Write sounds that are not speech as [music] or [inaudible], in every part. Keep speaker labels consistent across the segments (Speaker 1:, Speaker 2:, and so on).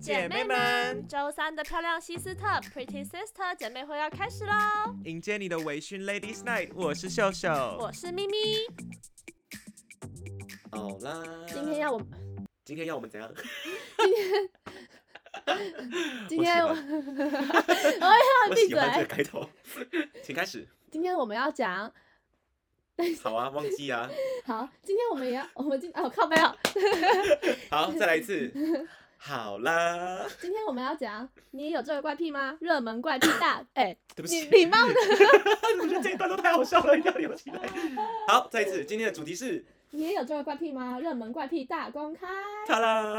Speaker 1: 姐妹们，
Speaker 2: 周三的漂亮西斯特 Pretty Sister 姐妹会要开始喽！
Speaker 1: 迎接你的微醺 Ladies Night，我是秀秀，
Speaker 2: 我是咪咪，
Speaker 1: 好啦，
Speaker 2: 今天要我们，
Speaker 1: 今天要我们怎样？
Speaker 2: [laughs] 今天
Speaker 1: 我
Speaker 2: 我
Speaker 1: 喜
Speaker 2: [laughs] 我要
Speaker 1: 我
Speaker 2: 闭
Speaker 1: 喜欢这个
Speaker 2: 嘴。
Speaker 1: 开头，请开始。
Speaker 2: 今天我们要讲，
Speaker 1: 好啊，忘记啊，
Speaker 2: 好，今天我们也要，我们今哦靠背哦，
Speaker 1: 好，再来一次。好啦，
Speaker 2: 今天我们要讲，你也有这个怪癖吗？热门怪癖大， [laughs] 哎、
Speaker 1: 对不
Speaker 2: 你
Speaker 1: 起，
Speaker 2: 礼貌的，
Speaker 1: [laughs] 我觉得这一段都太好笑了，一定要留起来。好，再一次，今天的主题是
Speaker 2: 你也有这个怪癖吗？热门怪癖大公开。
Speaker 1: 他
Speaker 2: 哒
Speaker 1: 啦，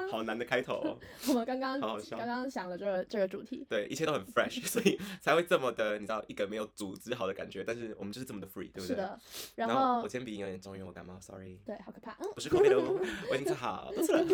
Speaker 2: 啦！
Speaker 1: 好难的开头哦。
Speaker 2: 我们刚刚
Speaker 1: 好好笑
Speaker 2: 刚刚想了这个这个主题，
Speaker 1: 对，一切都
Speaker 2: [laughs]
Speaker 1: 很 fresh，所以才会这么的，你知道一个没有组织好的感觉，但是我们就是这么的 free，对不对？
Speaker 2: 是的，
Speaker 1: 然
Speaker 2: 然后
Speaker 1: 我今天鼻音有点重，因为我感冒，sorry，
Speaker 2: 对，好可怕，嗯，
Speaker 1: 不是 COVID
Speaker 2: [laughs]
Speaker 1: 哦，我已经治好，都是了。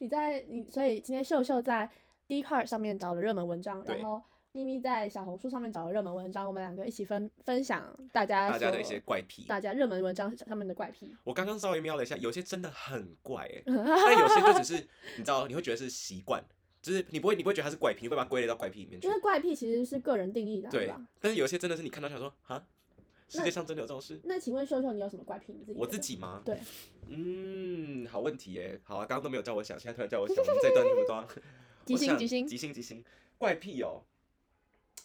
Speaker 2: 你在你，所以今天秀秀在 d c a r 上面找了热门文章，
Speaker 1: 对
Speaker 2: 然后咪咪在小红书上面找了热门文章，我们两个一起分分享大家
Speaker 1: 大家
Speaker 2: 所
Speaker 1: 的一些怪癖。
Speaker 2: 大家热门文章上面的怪癖。
Speaker 1: 我刚刚稍微瞄了一下，有些真的很怪
Speaker 2: [laughs]
Speaker 1: 哎、但有些就只是你知道，你会觉得是习惯，就是你不会你不会觉得它是怪癖，你会把它归类到怪癖里面去
Speaker 2: 因。为怪癖其实是个人定义的，对
Speaker 1: 对
Speaker 2: 吧？，
Speaker 1: 但是有些真的是你看到想说啊，世
Speaker 2: 那
Speaker 1: 界上真的有这种事？
Speaker 2: 那请问秀秀，你有什么怪癖？你自己
Speaker 1: 我
Speaker 2: 觉
Speaker 1: 自
Speaker 2: 得
Speaker 1: 己吗？
Speaker 2: 对，
Speaker 1: 嗯，好问题耶。好啊，刚刚都没有叫我想，现在突然叫我想，我们这一段你们都要
Speaker 2: [laughs] 即
Speaker 1: 我
Speaker 2: 兴
Speaker 1: 想
Speaker 2: 即兴
Speaker 1: 即兴即兴，怪癖哦。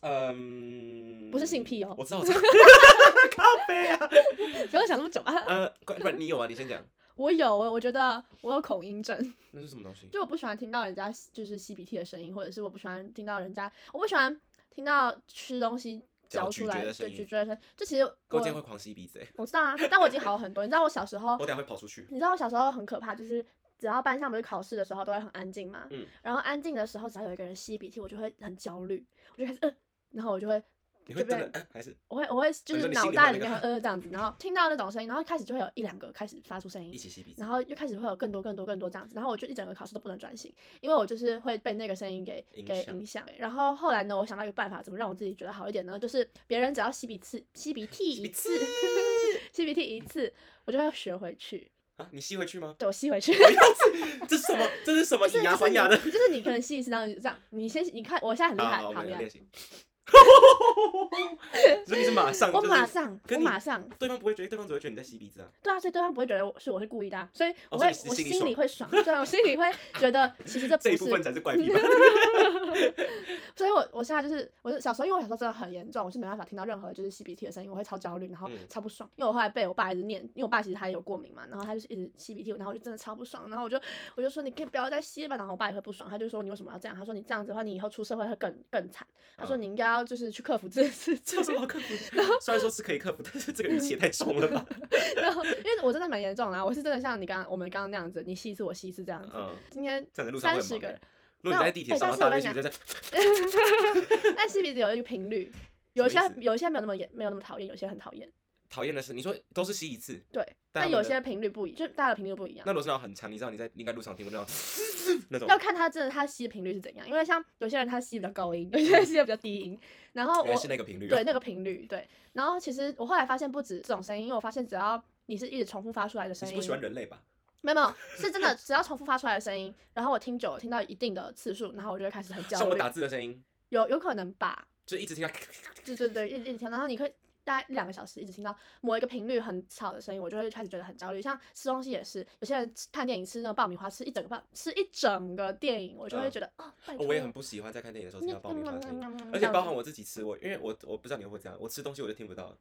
Speaker 1: 嗯，
Speaker 2: 不是性癖哦
Speaker 1: 我知道，我
Speaker 2: [laughs]
Speaker 1: 知道。咖啡啊，
Speaker 2: 不要想那么久啊！ [laughs]
Speaker 1: 呃，怪不然你有啊？你先讲，
Speaker 2: 我有，我我觉得我有口音症，
Speaker 1: 那是什么东西？
Speaker 2: 就我不喜欢听到人家就是吸鼻涕的声音，或者是我不喜欢听到人家，我不喜欢听到吃东西
Speaker 1: 嚼
Speaker 2: 嚼
Speaker 1: 咀
Speaker 2: 出
Speaker 1: 嚼
Speaker 2: 来
Speaker 1: 的
Speaker 2: 对
Speaker 1: 声音
Speaker 2: 咀嚼的声音。这其实我
Speaker 1: 各位今天会狂吸鼻子耶，
Speaker 2: 我知道啊，但我已经好很多。你知道我小时候
Speaker 1: 我等下会跑出去。
Speaker 2: 你知道我小时候很可怕，就是只要班上不是考试的时候都会很安静嘛，
Speaker 1: 嗯
Speaker 2: 然后安静的时候只要有一个人吸鼻涕，我就会很焦虑，我就开始呃，然后我就会
Speaker 1: 你会
Speaker 2: 对不
Speaker 1: 真
Speaker 2: 对
Speaker 1: 的呃还是
Speaker 2: 我会我会就
Speaker 1: 你说
Speaker 2: 是
Speaker 1: 你心
Speaker 2: 脑
Speaker 1: 里
Speaker 2: 袋
Speaker 1: 会有
Speaker 2: 里
Speaker 1: 那
Speaker 2: 面
Speaker 1: 个
Speaker 2: 会呃这样子，然后听到那种声音，然后开始就会有一两个开始发出声
Speaker 1: 一
Speaker 2: 音。
Speaker 1: 起吸鼻子
Speaker 2: 然？后又开始会有更多、更多、更多这样子，然后我就一整个考试都不能专心，因为我就是会被那个声音给
Speaker 1: 影
Speaker 2: 给
Speaker 1: 响
Speaker 2: 影响。欸然后后来呢，我想到一个办法，怎么让我自己觉得好一点呢？就是别人只要吸鼻涕、吸鼻涕
Speaker 1: 吸鼻
Speaker 2: 一次、吸鼻涕一次，我就会学回去，
Speaker 1: 啊，你吸回去吗？
Speaker 2: 对我吸回去。
Speaker 1: 这是什么？这是什
Speaker 2: [laughs]
Speaker 1: 么
Speaker 2: 就
Speaker 1: 以
Speaker 2: 是
Speaker 1: 牙还牙的？啊
Speaker 2: 就是你就是你可能吸一次，然后你就这样，你先你看，我现在很厉害，
Speaker 1: 好，我
Speaker 2: 好
Speaker 1: 们
Speaker 2: 厉
Speaker 1: 来
Speaker 2: 害
Speaker 1: 练，习。 [laughs] 所以你是马上，
Speaker 2: 我
Speaker 1: 就是
Speaker 2: 马上，我
Speaker 1: 跟你
Speaker 2: 马上，
Speaker 1: 对方不会觉得，对方只会觉得你在吸鼻子啊。
Speaker 2: 对啊，所以对方不会觉得我是我是故意的啊、所以我
Speaker 1: 哦所
Speaker 2: 会、
Speaker 1: 以你
Speaker 2: 我
Speaker 1: 心里
Speaker 2: 心里会爽，对，啊我心里会觉得其实这不
Speaker 1: 这一
Speaker 2: 是，
Speaker 1: 部分才是怪癖
Speaker 2: [laughs]
Speaker 1: 吧？
Speaker 2: 所以我我现在就是我是小时候，因为我小时候真的很严重，我是没办法听到任何就是吸鼻涕的声音，我会超焦虑，然后
Speaker 1: 嗯
Speaker 2: 超不爽，因为我后来被我爸一直念，因为我爸其实他也有过敏嘛，然后他就是一直吸鼻涕，然后我就真的超不爽，然后我就我就说你可以不要再吸了吧，然后我爸也会不爽，他就说你为什么要这样？他说你这样子的话，你以后出社会会更更惨，他说
Speaker 1: 嗯
Speaker 2: 你应该要就是去克服这件事情
Speaker 1: 这 [laughs] 有，什么好克服的？虽然说是可以克服，但是这个语气也太重了
Speaker 2: [laughs]
Speaker 1: 吧？
Speaker 2: 然后因为我真的蛮严重啦，我是真的像你刚刚我们刚刚那样子，你吸一次我吸一次这样子，
Speaker 1: 嗯，
Speaker 2: 今天
Speaker 1: 站在路上会
Speaker 2: 三
Speaker 1: 很
Speaker 2: 十
Speaker 1: 忙
Speaker 2: 个人
Speaker 1: 欸。。如果你在地铁上，
Speaker 2: 哎
Speaker 1: 然后大
Speaker 2: 但
Speaker 1: 便
Speaker 2: 是
Speaker 1: 吸
Speaker 2: 我
Speaker 1: 鼻
Speaker 2: 跟
Speaker 1: 在，
Speaker 2: [laughs] 但吸鼻子有一个频率，有一些
Speaker 1: 什么意思
Speaker 2: 有一些没有那么严，没有那么讨厌，有些很讨厌。
Speaker 1: 讨厌的是，你说都是吸一次，
Speaker 2: 对，但
Speaker 1: 但他们
Speaker 2: 有
Speaker 1: 的
Speaker 2: 些频率不一，就是大家的频率不一样
Speaker 1: 那。如果是那种很长，你知道你在应该路上听过那种 [laughs] 那种
Speaker 2: 要，看他真的他吸的频率是怎样，因为像有些人他吸比较高音，有些人吸的比较低音，然后
Speaker 1: 嗯原
Speaker 2: 我
Speaker 1: 来是那个频率啊。
Speaker 2: 对那个频率对，然后其实我后来发现不止这种声音，因为我发现只要你是一直重复发出来的
Speaker 1: 你
Speaker 2: 声
Speaker 1: 是
Speaker 2: 音，
Speaker 1: 不喜欢人类吧？
Speaker 2: 没有没有，是
Speaker 1: [laughs]
Speaker 2: 真的，只要重复发出来的声音，然后我听久了，听到一定的次数，然后我就会开始很焦
Speaker 1: 像我
Speaker 2: 虑
Speaker 1: 打，字的声音，
Speaker 2: 有有可能吧，
Speaker 1: 就一直听到
Speaker 2: 对对对，一直一直听，然后你可以大概一两个小时一直听到某一个频率很吵的声音，我就会开始觉得很焦虑。像吃东西也是，有些人吃看电影吃那个爆米花，吃一整个爆，吃一整个电影，我就会觉得、哦，拜
Speaker 1: 哦
Speaker 2: 托
Speaker 1: [laughs] 我也很不喜欢在看电影的时候听到爆米花的声音，
Speaker 2: 嗯
Speaker 1: 而且包含我自己吃，我因为我我不知道你会不会这样，我吃东西我就听不到，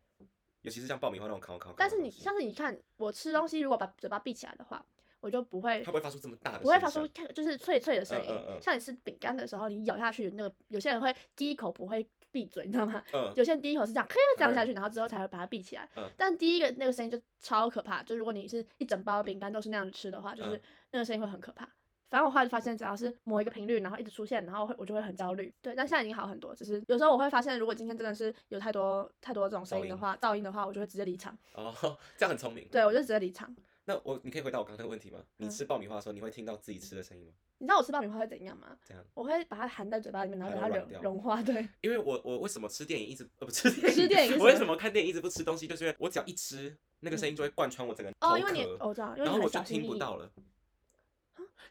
Speaker 1: 尤其是像爆米花那种烤烤。
Speaker 2: 但是你像是你看我吃东西，如果把嘴巴闭起来的话，我就不会
Speaker 1: 它不会发出这么大的，
Speaker 2: 不会发出就是脆脆的声
Speaker 1: 嗯
Speaker 2: 音。
Speaker 1: 嗯嗯
Speaker 2: 像你吃饼干的时候，你咬下去那个，有些人会第一口不会闭嘴，你知道吗？
Speaker 1: 嗯，
Speaker 2: 有些人第一口是这样，咳这样下去，然后之后才会把它闭起来。
Speaker 1: 嗯
Speaker 2: 但第一个那个声音就超可怕，就如果你是一整包饼干都是那样吃的话，就是
Speaker 1: 嗯
Speaker 2: 那个声音会很可怕。反正我后来就发现，只要是某一个频率，然后一直出现，然后会我就会很焦虑。对，但现在已经好很多。只是有时候我会发现，如果今天真的是有太多太多这种声音的话，噪音的话，我就会直接离场。
Speaker 1: 哦，这样很聪明。
Speaker 2: 对，我就直接离场。
Speaker 1: 那我你可以回答我刚刚那个问题吗？你
Speaker 2: 嗯
Speaker 1: 吃爆米花的时候，你会听到自己吃的声音吗？
Speaker 2: 你知道我吃爆米花会怎样吗？
Speaker 1: 这样，
Speaker 2: 我会把它含在嘴巴里面，然后
Speaker 1: 把
Speaker 2: 给它
Speaker 1: 它软
Speaker 2: 融
Speaker 1: 掉
Speaker 2: 融化。对，
Speaker 1: 因为我我为什么吃电影一直呃不吃电影
Speaker 2: 吃电影是
Speaker 1: 我为
Speaker 2: 什嗯
Speaker 1: 什么看电影一直不吃东西，就是因为我只要一吃，那个声音就会贯穿我整个头
Speaker 2: 哦，因为你
Speaker 1: 壳
Speaker 2: 我知道，因为
Speaker 1: 然
Speaker 2: 你
Speaker 1: 后
Speaker 2: 很
Speaker 1: 我就
Speaker 2: 小心
Speaker 1: 听
Speaker 2: 翼啊
Speaker 1: 不
Speaker 2: 翼。
Speaker 1: 到了。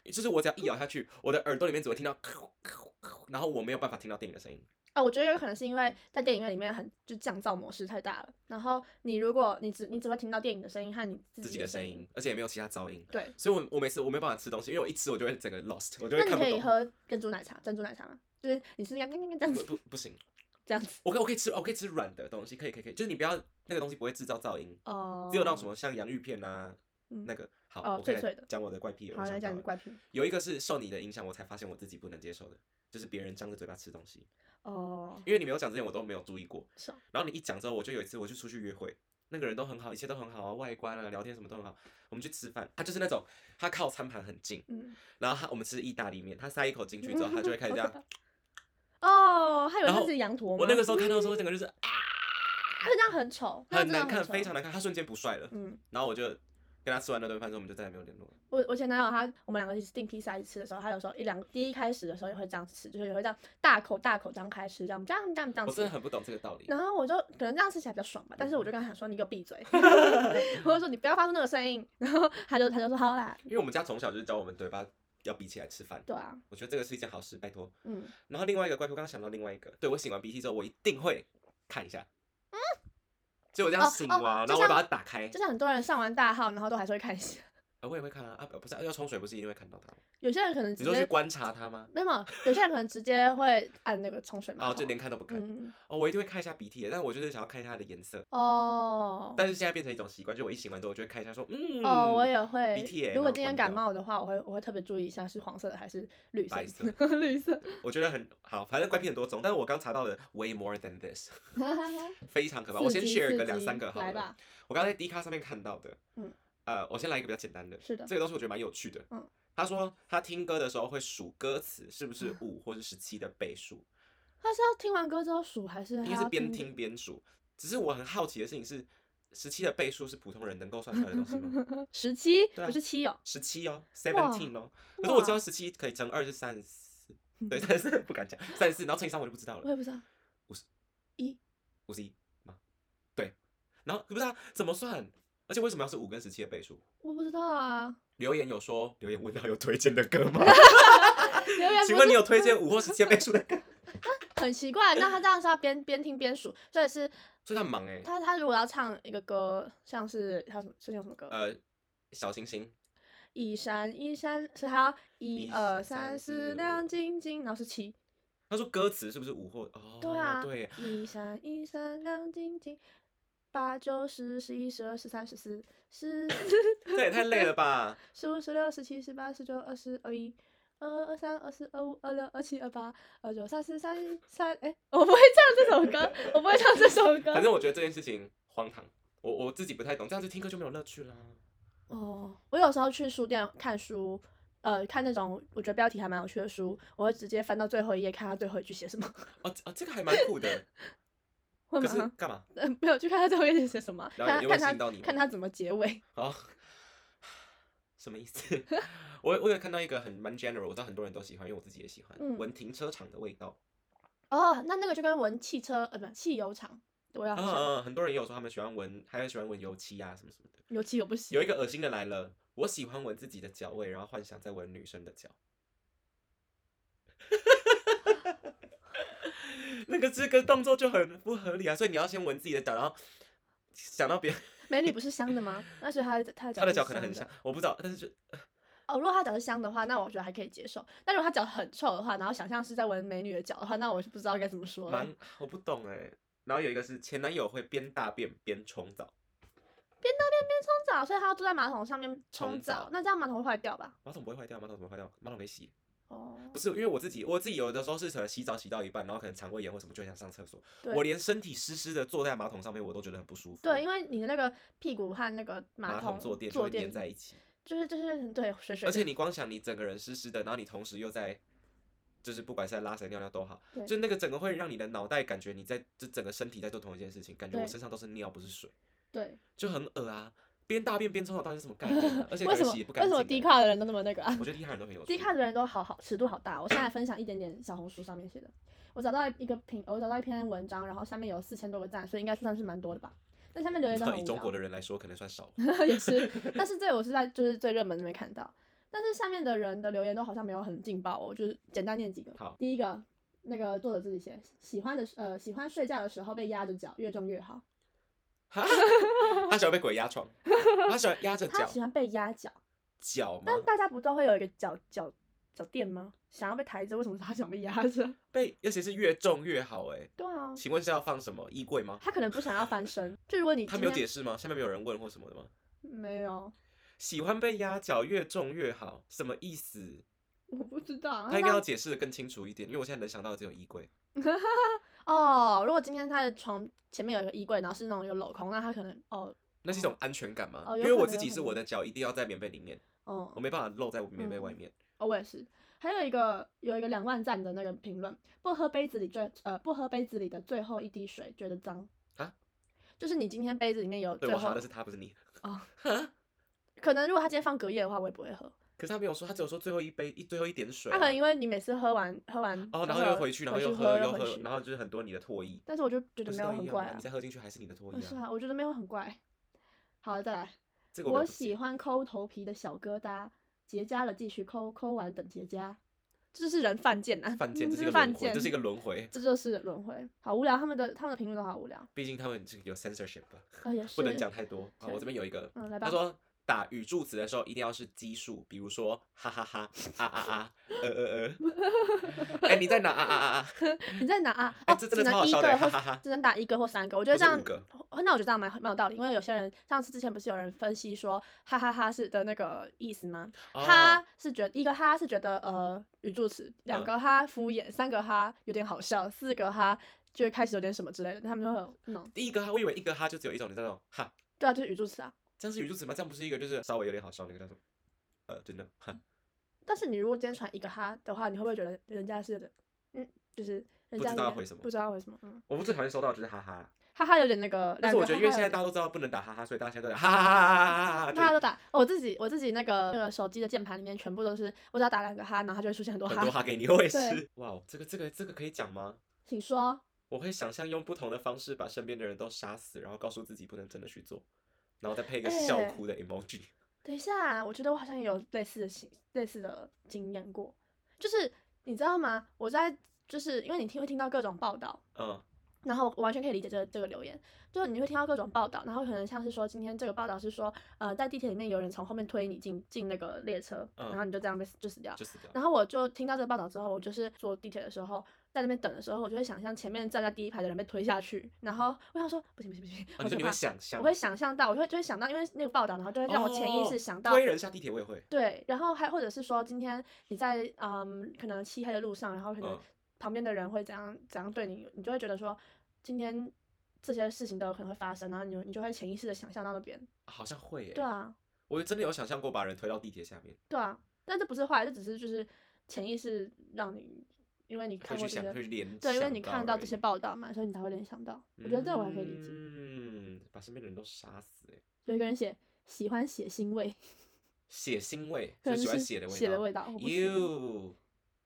Speaker 1: 就是我只要一咬下去，我的耳朵里面只会听到咳咳咳，然后我没有办法听到电影的声音。
Speaker 2: 啊、我觉得有可能是因为在电影院里面很就降噪模式太大了，然后你如果你只你只会听到电影的声音和你自
Speaker 1: 自
Speaker 2: 己
Speaker 1: 己的
Speaker 2: 声
Speaker 1: 声音，，而且也没有其他噪音。
Speaker 2: 对。
Speaker 1: 所以我我每次我没办法吃东西，因为我一吃我就会整个 lost，我就
Speaker 2: 那
Speaker 1: 会
Speaker 2: 你
Speaker 1: 看不
Speaker 2: 可以
Speaker 1: 懂。
Speaker 2: 喝珍珠奶茶，珍珠奶茶吗？就是你是那样 [laughs] 这样
Speaker 1: 不
Speaker 2: 子
Speaker 1: 不不行，
Speaker 2: 这样
Speaker 1: [laughs]
Speaker 2: 子
Speaker 1: 我可以我可以吃我可以吃软的东西，可以可以可以，就是你不要那个东西不会制造噪音，
Speaker 2: 哦，
Speaker 1: 只有那种什么像洋芋片啊
Speaker 2: 嗯
Speaker 1: 那个。好，
Speaker 2: 哦
Speaker 1: 我可以
Speaker 2: 脆脆的
Speaker 1: 来讲我的怪癖。我
Speaker 2: 好
Speaker 1: 想
Speaker 2: 来
Speaker 1: 到
Speaker 2: 讲你
Speaker 1: 了
Speaker 2: 怪癖
Speaker 1: 有一个是受你的影响，我才发现我自己不能接受的，就是别人张着嘴巴吃东西。
Speaker 2: 哦，
Speaker 1: 因为你没有讲之前，我都没有注意过。
Speaker 2: 是哦
Speaker 1: 然后你一讲之后，我就有一次我去出去约会，那个人都很好，一切都很好啊，外观啊，聊天什么都很好。我们去吃饭，他就是那种他靠餐盘很近，
Speaker 2: 嗯，
Speaker 1: 然后他我们吃意大利面，他塞一口进去之后，他就会开始这
Speaker 2: 好可 [laughs]
Speaker 1: 样。
Speaker 2: 怕哦，他以为
Speaker 1: 然
Speaker 2: 他
Speaker 1: 后
Speaker 2: 是羊驼吗？
Speaker 1: 我那个时候看到的时候，整个就是啊
Speaker 2: [laughs] 他这样很丑，那
Speaker 1: 很
Speaker 2: 真的
Speaker 1: 难看，
Speaker 2: 丑
Speaker 1: 非常难看。他瞬间不帅了，
Speaker 2: 嗯，
Speaker 1: 然后我就跟他吃完那顿饭之后，我们就再也没有联络了。
Speaker 2: 我我前男友他，我们两个一起订披萨一起吃的时候，他有时候一两第一开始的时候也会这样吃，就是也会这样大口大口张开吃，这样这样这样这样
Speaker 1: 我
Speaker 2: 吃
Speaker 1: 真的。很不懂这个道理。
Speaker 2: 然后我就可能这样吃起来比较爽吧，但是我就跟他讲说你给我闭
Speaker 1: [laughs]
Speaker 2: 嘴，我就说你不要发出那个声音，然后他就他就说好啦，
Speaker 1: 因为我们家从小就是教我们嘴巴要闭起来吃饭，
Speaker 2: 对啊，
Speaker 1: 我觉得这个是一件好事，拜托。
Speaker 2: 嗯，
Speaker 1: 然后另外一个怪癖，我刚刚想到另外一个，对我擤完鼻涕之后，我一定会看一下。所以我这样
Speaker 2: 嗯哦
Speaker 1: 擤
Speaker 2: 哦
Speaker 1: 完，
Speaker 2: 就
Speaker 1: 然后我会
Speaker 2: 像
Speaker 1: 把它打开
Speaker 2: 就。像很多人上完大号，然后都还是会看一下，
Speaker 1: 啊，我也会看啊，啊，不是要冲水，不是一定会看到它吗。
Speaker 2: 有些人可能
Speaker 1: 你
Speaker 2: 直
Speaker 1: 说去
Speaker 2: 接
Speaker 1: 观察它吗？
Speaker 2: 没有，有些人可能直接会按那个冲水马
Speaker 1: 哦，
Speaker 2: 桶，
Speaker 1: 就连看都不看。
Speaker 2: 嗯
Speaker 1: 哦，我一定会看一下鼻涕的，但我就是想要看一下它的颜色。
Speaker 2: 哦
Speaker 1: 但是现在变成一种习惯，就我一擤完之后，我就会看一下，说，嗯，
Speaker 2: 哦，我也会。
Speaker 1: 鼻涕耶
Speaker 2: 如果
Speaker 1: 然后
Speaker 2: 今天
Speaker 1: 关
Speaker 2: 感
Speaker 1: 掉
Speaker 2: 冒的话，我会我会特别注意一下是黄色的还是绿色
Speaker 1: 白
Speaker 2: 的， [laughs] 绿色。
Speaker 1: 我觉得很好，反正怪癖很多种，但是我刚查到了 way more than this，非常可怕。我
Speaker 2: 刺
Speaker 1: 先
Speaker 2: 激
Speaker 1: share
Speaker 2: 刺
Speaker 1: 个两
Speaker 2: 激
Speaker 1: 三个好
Speaker 2: 来
Speaker 1: 了
Speaker 2: 吧。，
Speaker 1: 我刚才在 D 卡上面看到的，
Speaker 2: 嗯
Speaker 1: 嗯，呃，我先来一个比较简单的，
Speaker 2: 是的
Speaker 1: 这个东西我觉得蛮有趣的，
Speaker 2: 嗯
Speaker 1: 嗯，他说他听歌的时候会数歌词是不是
Speaker 2: 啊
Speaker 1: 五或是十七的倍数，
Speaker 2: 他是要听完歌之后数还是
Speaker 1: 应
Speaker 2: 他
Speaker 1: 该是
Speaker 2: 要
Speaker 1: 边
Speaker 2: 听
Speaker 1: 听边数。只是我很好奇的事情是，十七的倍数是普通人能够算出来的东西
Speaker 2: [laughs]
Speaker 1: 吗？
Speaker 2: 十七？
Speaker 1: 对
Speaker 2: 不
Speaker 1: 啊
Speaker 2: 是七哦，
Speaker 1: 十七哦
Speaker 2: 哇
Speaker 1: ，seventeen 哦，可是我知
Speaker 2: 哇
Speaker 1: 道十七可以乘二是三十四，对，三十四不敢讲，三十四，然后乘以三我就不知道
Speaker 2: 我
Speaker 1: 了，
Speaker 2: 也不知道。
Speaker 1: 五十一吗？对，然后不知道怎么算，而且为什么要是五跟十七的倍数？
Speaker 2: 我不知道
Speaker 1: [laughs]
Speaker 2: 啊，
Speaker 1: 留言有说，留言问到有推荐的歌
Speaker 2: [laughs]
Speaker 1: 吗？
Speaker 2: 留言
Speaker 1: 请
Speaker 2: 不
Speaker 1: 问
Speaker 2: 是
Speaker 1: 你有推荐五或十七倍数的歌？
Speaker 2: [laughs]
Speaker 1: [laughs]
Speaker 2: 很奇怪。那他这样是要边边听边数，所以是
Speaker 1: 所以他很忙哎、
Speaker 2: 他他如果要唱一个歌，像是他什么是叫什么歌？
Speaker 1: 呃，小星星，
Speaker 2: 一闪一闪是他要一
Speaker 1: 一
Speaker 2: 二
Speaker 1: 三
Speaker 2: 三四
Speaker 1: 四
Speaker 2: 亮
Speaker 1: 五
Speaker 2: 晶晶，然后是七。
Speaker 1: 他说歌词是不是五或哦？
Speaker 2: 对啊，
Speaker 1: 对耶，
Speaker 2: 一闪一闪亮晶晶，八九十十一十二十三十四十，
Speaker 1: [laughs] 这也太累了吧！
Speaker 2: [laughs] 十五十六十七十八十九二十二一。二二三二四二五二六二七二八二九三四三三，哎，我不会唱这首歌，我不会唱这首歌。
Speaker 1: 反正我觉得这件事情荒唐，我我自己不太懂，这样子听歌就没有乐趣啦。
Speaker 2: 哦，我有时候去书店看书，呃，看那种我觉得标题还蛮有趣的书，我会直接翻到最后一页，看它最后一句写什么，
Speaker 1: 哦哦，这个还蛮
Speaker 2: [laughs]
Speaker 1: 酷的，
Speaker 2: 会
Speaker 1: 可是
Speaker 2: 吗？
Speaker 1: 干嘛？
Speaker 2: 嗯，没有去看它最后一页写什么，
Speaker 1: 然后
Speaker 2: 看
Speaker 1: 也
Speaker 2: 它
Speaker 1: 会
Speaker 2: 看
Speaker 1: 吸
Speaker 2: 它
Speaker 1: 引到你
Speaker 2: 看
Speaker 1: 吗
Speaker 2: 它怎么结尾。
Speaker 1: 哦，什么意思？ [laughs] 我我有看到一个很蛮 general，我知道很多人都喜欢，因为我自己也喜欢，
Speaker 2: 嗯
Speaker 1: 闻停车场的味道。
Speaker 2: 哦，那那个就跟闻汽车呃，不，汽油厂，我要
Speaker 1: 啊、
Speaker 2: 想、
Speaker 1: 啊很多人也有说他们喜欢闻，还有喜欢闻油漆啊什么什么的。
Speaker 2: 油漆我不行。
Speaker 1: 有一个恶心的来了，我喜欢闻自己的脚味，然后幻想在闻女生的脚。 [laughs] 那个这个动作就很不合理啊，所以你要先闻自己的脚，然后想到别人
Speaker 2: 美女不是香的吗？那所以她的她的脚
Speaker 1: 他的
Speaker 2: 是
Speaker 1: 脚可能很
Speaker 2: 香
Speaker 1: 香
Speaker 2: 的。，
Speaker 1: 我不知道，但是就
Speaker 2: 哦，如果她脚是香的话，那我觉得还可以接受。但如果她脚很臭的话，然后想象是在闻美女的脚的话，那我是不知道该怎么说了。
Speaker 1: 蛮我不懂哎、然后有一个是前男友会边大便边冲澡，
Speaker 2: 冲澡，所以她要坐在马桶上面冲
Speaker 1: 冲
Speaker 2: 澡，
Speaker 1: 澡
Speaker 2: 那这样马桶会坏掉吧？
Speaker 1: 马桶不会坏掉，马桶怎么会坏掉？马桶可以洗，
Speaker 2: 哦，
Speaker 1: 不是因为我自己，我自己有的时候是可能洗澡洗到一半，然后可能肠胃炎或什么就很想上厕所，
Speaker 2: 对
Speaker 1: 我连身体湿湿的坐在马桶上面我都觉得很不舒服。
Speaker 2: 对，因为你的那个屁股和那个
Speaker 1: 马
Speaker 2: 桶
Speaker 1: 坐垫就
Speaker 2: 坐
Speaker 1: 会
Speaker 2: 垫
Speaker 1: 粘在一起，
Speaker 2: 就是就是对水水的。
Speaker 1: 而且你光想你整个人湿湿的，然后你同时又在，就是不管是在拉屎尿尿都好
Speaker 2: 对，
Speaker 1: 就那个整个会让你的脑袋感觉你在就整个身体在做同一件事情，感觉我
Speaker 2: 对
Speaker 1: 身上都是尿不是水，
Speaker 2: 对，
Speaker 1: 就很恶啊！边大便边冲澡到底是什么概念
Speaker 2: [laughs]
Speaker 1: 啊、而且
Speaker 2: 为
Speaker 1: 感
Speaker 2: 什
Speaker 1: 觉
Speaker 2: 么
Speaker 1: 洗也不干
Speaker 2: 为什
Speaker 1: 净欸、
Speaker 2: 么低卡的人都那么那个
Speaker 1: [laughs]
Speaker 2: 啊？
Speaker 1: 我觉得低卡人都很有趣。
Speaker 2: 低卡的人都好好尺度好大哦、我现在分享一点点小红书上面写的，我找到一个评，我找到一篇文章，然后下面有四千多个赞，所以应该算是蛮多的吧。但下面留言都
Speaker 1: 对
Speaker 2: 很
Speaker 1: 以
Speaker 2: 无
Speaker 1: 中国
Speaker 2: 聊， [laughs]
Speaker 1: 的人来说，可能算少。
Speaker 2: 也是。但是这个我是在就是最热门那边看到，但是下面的人的留言都好像没有很劲爆、哦，我就是简单念几个。 [laughs]
Speaker 1: 好
Speaker 2: 第一个那个作者自己写，喜欢的时呃喜欢睡觉的时候被压着脚，越重越好。
Speaker 1: 哈，他喜欢被鬼压床，他喜欢压着
Speaker 2: 他
Speaker 1: 脚
Speaker 2: 喜欢被压脚，
Speaker 1: 脚吗
Speaker 2: 但？大家不都会有一个脚脚脚垫吗？想要被抬着，为什么他想被压着？
Speaker 1: 被，尤其是越重越好哎。
Speaker 2: [laughs] 对啊，
Speaker 1: 请问是要放什么衣柜吗？
Speaker 2: [laughs] 他可能不想要翻身。就如果你
Speaker 1: 他
Speaker 2: 今
Speaker 1: 没有
Speaker 2: 天
Speaker 1: 解释吗？下面没有人问或什么的吗？
Speaker 2: 没有，
Speaker 1: 喜欢被压脚，越重越好，什么意思？
Speaker 2: 我不知道。
Speaker 1: 他应该
Speaker 2: 哦那
Speaker 1: 要解释的更清楚一点，因为我现在能想到的只有衣柜。
Speaker 2: [laughs] 哦，如果今天他的床前面有一个衣柜，然后是那种有镂空，那他可能哦
Speaker 1: 那是一种安全感吗？
Speaker 2: 哦有
Speaker 1: 因为
Speaker 2: 可
Speaker 1: 我
Speaker 2: 能
Speaker 1: 自己
Speaker 2: 有
Speaker 1: 是
Speaker 2: 可
Speaker 1: 我
Speaker 2: 能
Speaker 1: 的脚一定要在棉被里面，
Speaker 2: 哦
Speaker 1: 我没办法露在我棉被外面。
Speaker 2: 哦，我也是。还有一个有一个两万赞的那个评论，不喝杯子里最呃不喝杯子里的最后一滴水，觉得脏
Speaker 1: 啊。
Speaker 2: 就是你今天杯子里面有
Speaker 1: 对
Speaker 2: 最
Speaker 1: 我
Speaker 2: 后
Speaker 1: 哈的是他，不是你。
Speaker 2: 哦，
Speaker 1: 哈，
Speaker 2: 可能如果他今天放隔夜的话，我也不会喝。
Speaker 1: 可是他没有说，他只有说最后一杯一最后一点水
Speaker 2: 他
Speaker 1: 啊、
Speaker 2: 可能因为你每次喝完喝完
Speaker 1: 哦，然后又回去，然后又喝又
Speaker 2: 回
Speaker 1: 喝，
Speaker 2: 去
Speaker 1: 然后就是很多你的唾液。
Speaker 2: 但是我就觉
Speaker 1: 不
Speaker 2: 得
Speaker 1: 是
Speaker 2: 没有
Speaker 1: 都一
Speaker 2: 很
Speaker 1: 样
Speaker 2: 怪
Speaker 1: 吗？
Speaker 2: 啊
Speaker 1: 你，再喝进去还是你的唾
Speaker 2: 嗯
Speaker 1: 液
Speaker 2: 是
Speaker 1: 啊。
Speaker 2: 啊，我觉得没有很怪。好，再来，
Speaker 1: 这个我没
Speaker 2: 我
Speaker 1: 有不
Speaker 2: 喜
Speaker 1: 解
Speaker 2: 欢抠头皮的小疙瘩，结痂了继续抠，抠完等结痂，这是人犯贱啊，
Speaker 1: 犯贱，
Speaker 2: 嗯
Speaker 1: 这是一
Speaker 2: [laughs]
Speaker 1: 个
Speaker 2: 犯
Speaker 1: 轮回，
Speaker 2: 贱，
Speaker 1: 这是一个轮回。
Speaker 2: 这就是轮回。好无聊，他们的他们的评论都好无聊。
Speaker 1: 毕竟他们这个有 censorship 吧，
Speaker 2: 啊，也是
Speaker 1: 不能讲太多啊。
Speaker 2: 是
Speaker 1: 我这边有一个，
Speaker 2: 嗯来吧
Speaker 1: 他说打语助词的时候一定要是奇数，比如说哈哈哈、啊啊啊、呃呃
Speaker 2: [laughs]
Speaker 1: 呃。哎，你在哪啊啊啊啊？
Speaker 2: 你在哪啊？
Speaker 1: 哎
Speaker 2: 哦，
Speaker 1: 这真
Speaker 2: 只
Speaker 1: 的超
Speaker 2: 能
Speaker 1: 好
Speaker 2: 一
Speaker 1: 笑
Speaker 2: 个
Speaker 1: 的哈哈
Speaker 2: 或
Speaker 1: 哈
Speaker 2: 只能打一个或三个。我觉得
Speaker 1: 或
Speaker 2: 这
Speaker 1: 是
Speaker 2: 样
Speaker 1: 五个，
Speaker 2: 哦那我觉得这样蛮蛮有道理，因为有些人上次之前不是有人分析说哈哈哈是的那个意思吗？
Speaker 1: 哦
Speaker 2: 哈是觉一个哈是觉得呃语助词，两
Speaker 1: 嗯
Speaker 2: 个哈敷衍，三个哈有点好笑，四个哈就会开始有点什么之类的，他们就会有那种
Speaker 1: 第一个哈，我以为一个哈就只有一种，你知道那种哈，
Speaker 2: 对啊，就是语助词啊。
Speaker 1: 这样是语助词吗？这样不是一个就是稍微有点好笑那个叫什么？呃，真的哈，
Speaker 2: 但是你如果今天传一个哈的话，你会不会觉得人家是有点嗯，就是人
Speaker 1: 不
Speaker 2: 家有
Speaker 1: 知道要
Speaker 2: 点
Speaker 1: 回什么
Speaker 2: 不知道回什么，嗯，
Speaker 1: 我们最讨厌收到的就是哈哈，
Speaker 2: 哈哈有点那个。
Speaker 1: 但
Speaker 2: 两
Speaker 1: 是我
Speaker 2: 个
Speaker 1: 觉得
Speaker 2: 哈
Speaker 1: 因为
Speaker 2: 哈
Speaker 1: 现
Speaker 2: 有
Speaker 1: 在
Speaker 2: 点
Speaker 1: 大家都知道不能打哈哈，所以大家现在都在哈哈哈哈哈哈哈
Speaker 2: 大
Speaker 1: 哈
Speaker 2: 家
Speaker 1: 哈，
Speaker 2: 都打，我自己我自己那个那个手机的键盘里面全部都是，我只要打两个哈，然后它就会出现很多
Speaker 1: 对
Speaker 2: 哈。
Speaker 1: 很多哈给你，我
Speaker 2: 对
Speaker 1: 也是。哇，这个这个这个可以讲吗？
Speaker 2: 请说，
Speaker 1: 我会想象用不同的方式把身边的人都杀死，然后告诉自己不能真的去做，然后再配一个笑
Speaker 2: 哎
Speaker 1: 哭的 emoji。
Speaker 2: 等一下，我觉得我好像也有类似的经类似的经验过，就是你知道吗？我在就是因为你听会听到各种报道，
Speaker 1: 嗯，
Speaker 2: 然后我完全可以理解这个这个留言，就是你会听到各种报道，然后可能像是说今天这个报道是说，呃，在地铁里面有人从后面推你进进那个列车，
Speaker 1: 嗯
Speaker 2: 然后你就这样被就死掉，
Speaker 1: 就死掉。
Speaker 2: 然后我就听到这个报道之后，我就是坐地铁的时候，在那边等的时候，我就会想象前面站在第一排的人被推下去，然后我想说不行不行不行，
Speaker 1: 啊，
Speaker 2: 好
Speaker 1: 你说
Speaker 2: 可
Speaker 1: 你
Speaker 2: 怕
Speaker 1: 会想象，
Speaker 2: 我会想象到，我就会就会想到，因为那个报道，然后就会让我潜意识
Speaker 1: 哦
Speaker 2: 想到。
Speaker 1: 推人下地铁，我也会。
Speaker 2: 对，然后还或者是说，今天你在嗯，可能漆黑的路上，然后可能
Speaker 1: 嗯
Speaker 2: 旁边的人会怎样怎样对你，你就会觉得说，今天这些事情都有可能会发生，然后你就你就会潜意识的想象到那边。
Speaker 1: 好像会耶。
Speaker 2: 对啊，
Speaker 1: 我真的有想象过把人推到地铁下面，
Speaker 2: 对啊，但这不是坏，这只是就是潜意识让你，因为你
Speaker 1: 会
Speaker 2: 看
Speaker 1: 去
Speaker 2: 过这
Speaker 1: 想，
Speaker 2: 些
Speaker 1: 会，去联
Speaker 2: 对，因为
Speaker 1: 想
Speaker 2: 你看到
Speaker 1: 而
Speaker 2: 这些
Speaker 1: 已，
Speaker 2: 报道嘛，所以你才会联想到。我觉得这我还可以理解。
Speaker 1: 嗯，把身边的人都杀死，哎，
Speaker 2: 有一个人写喜欢血腥味，
Speaker 1: 血腥味，
Speaker 2: 可
Speaker 1: 就
Speaker 2: 能
Speaker 1: 喜欢
Speaker 2: 是
Speaker 1: 血的味道。
Speaker 2: 血的味道，我不行
Speaker 1: You，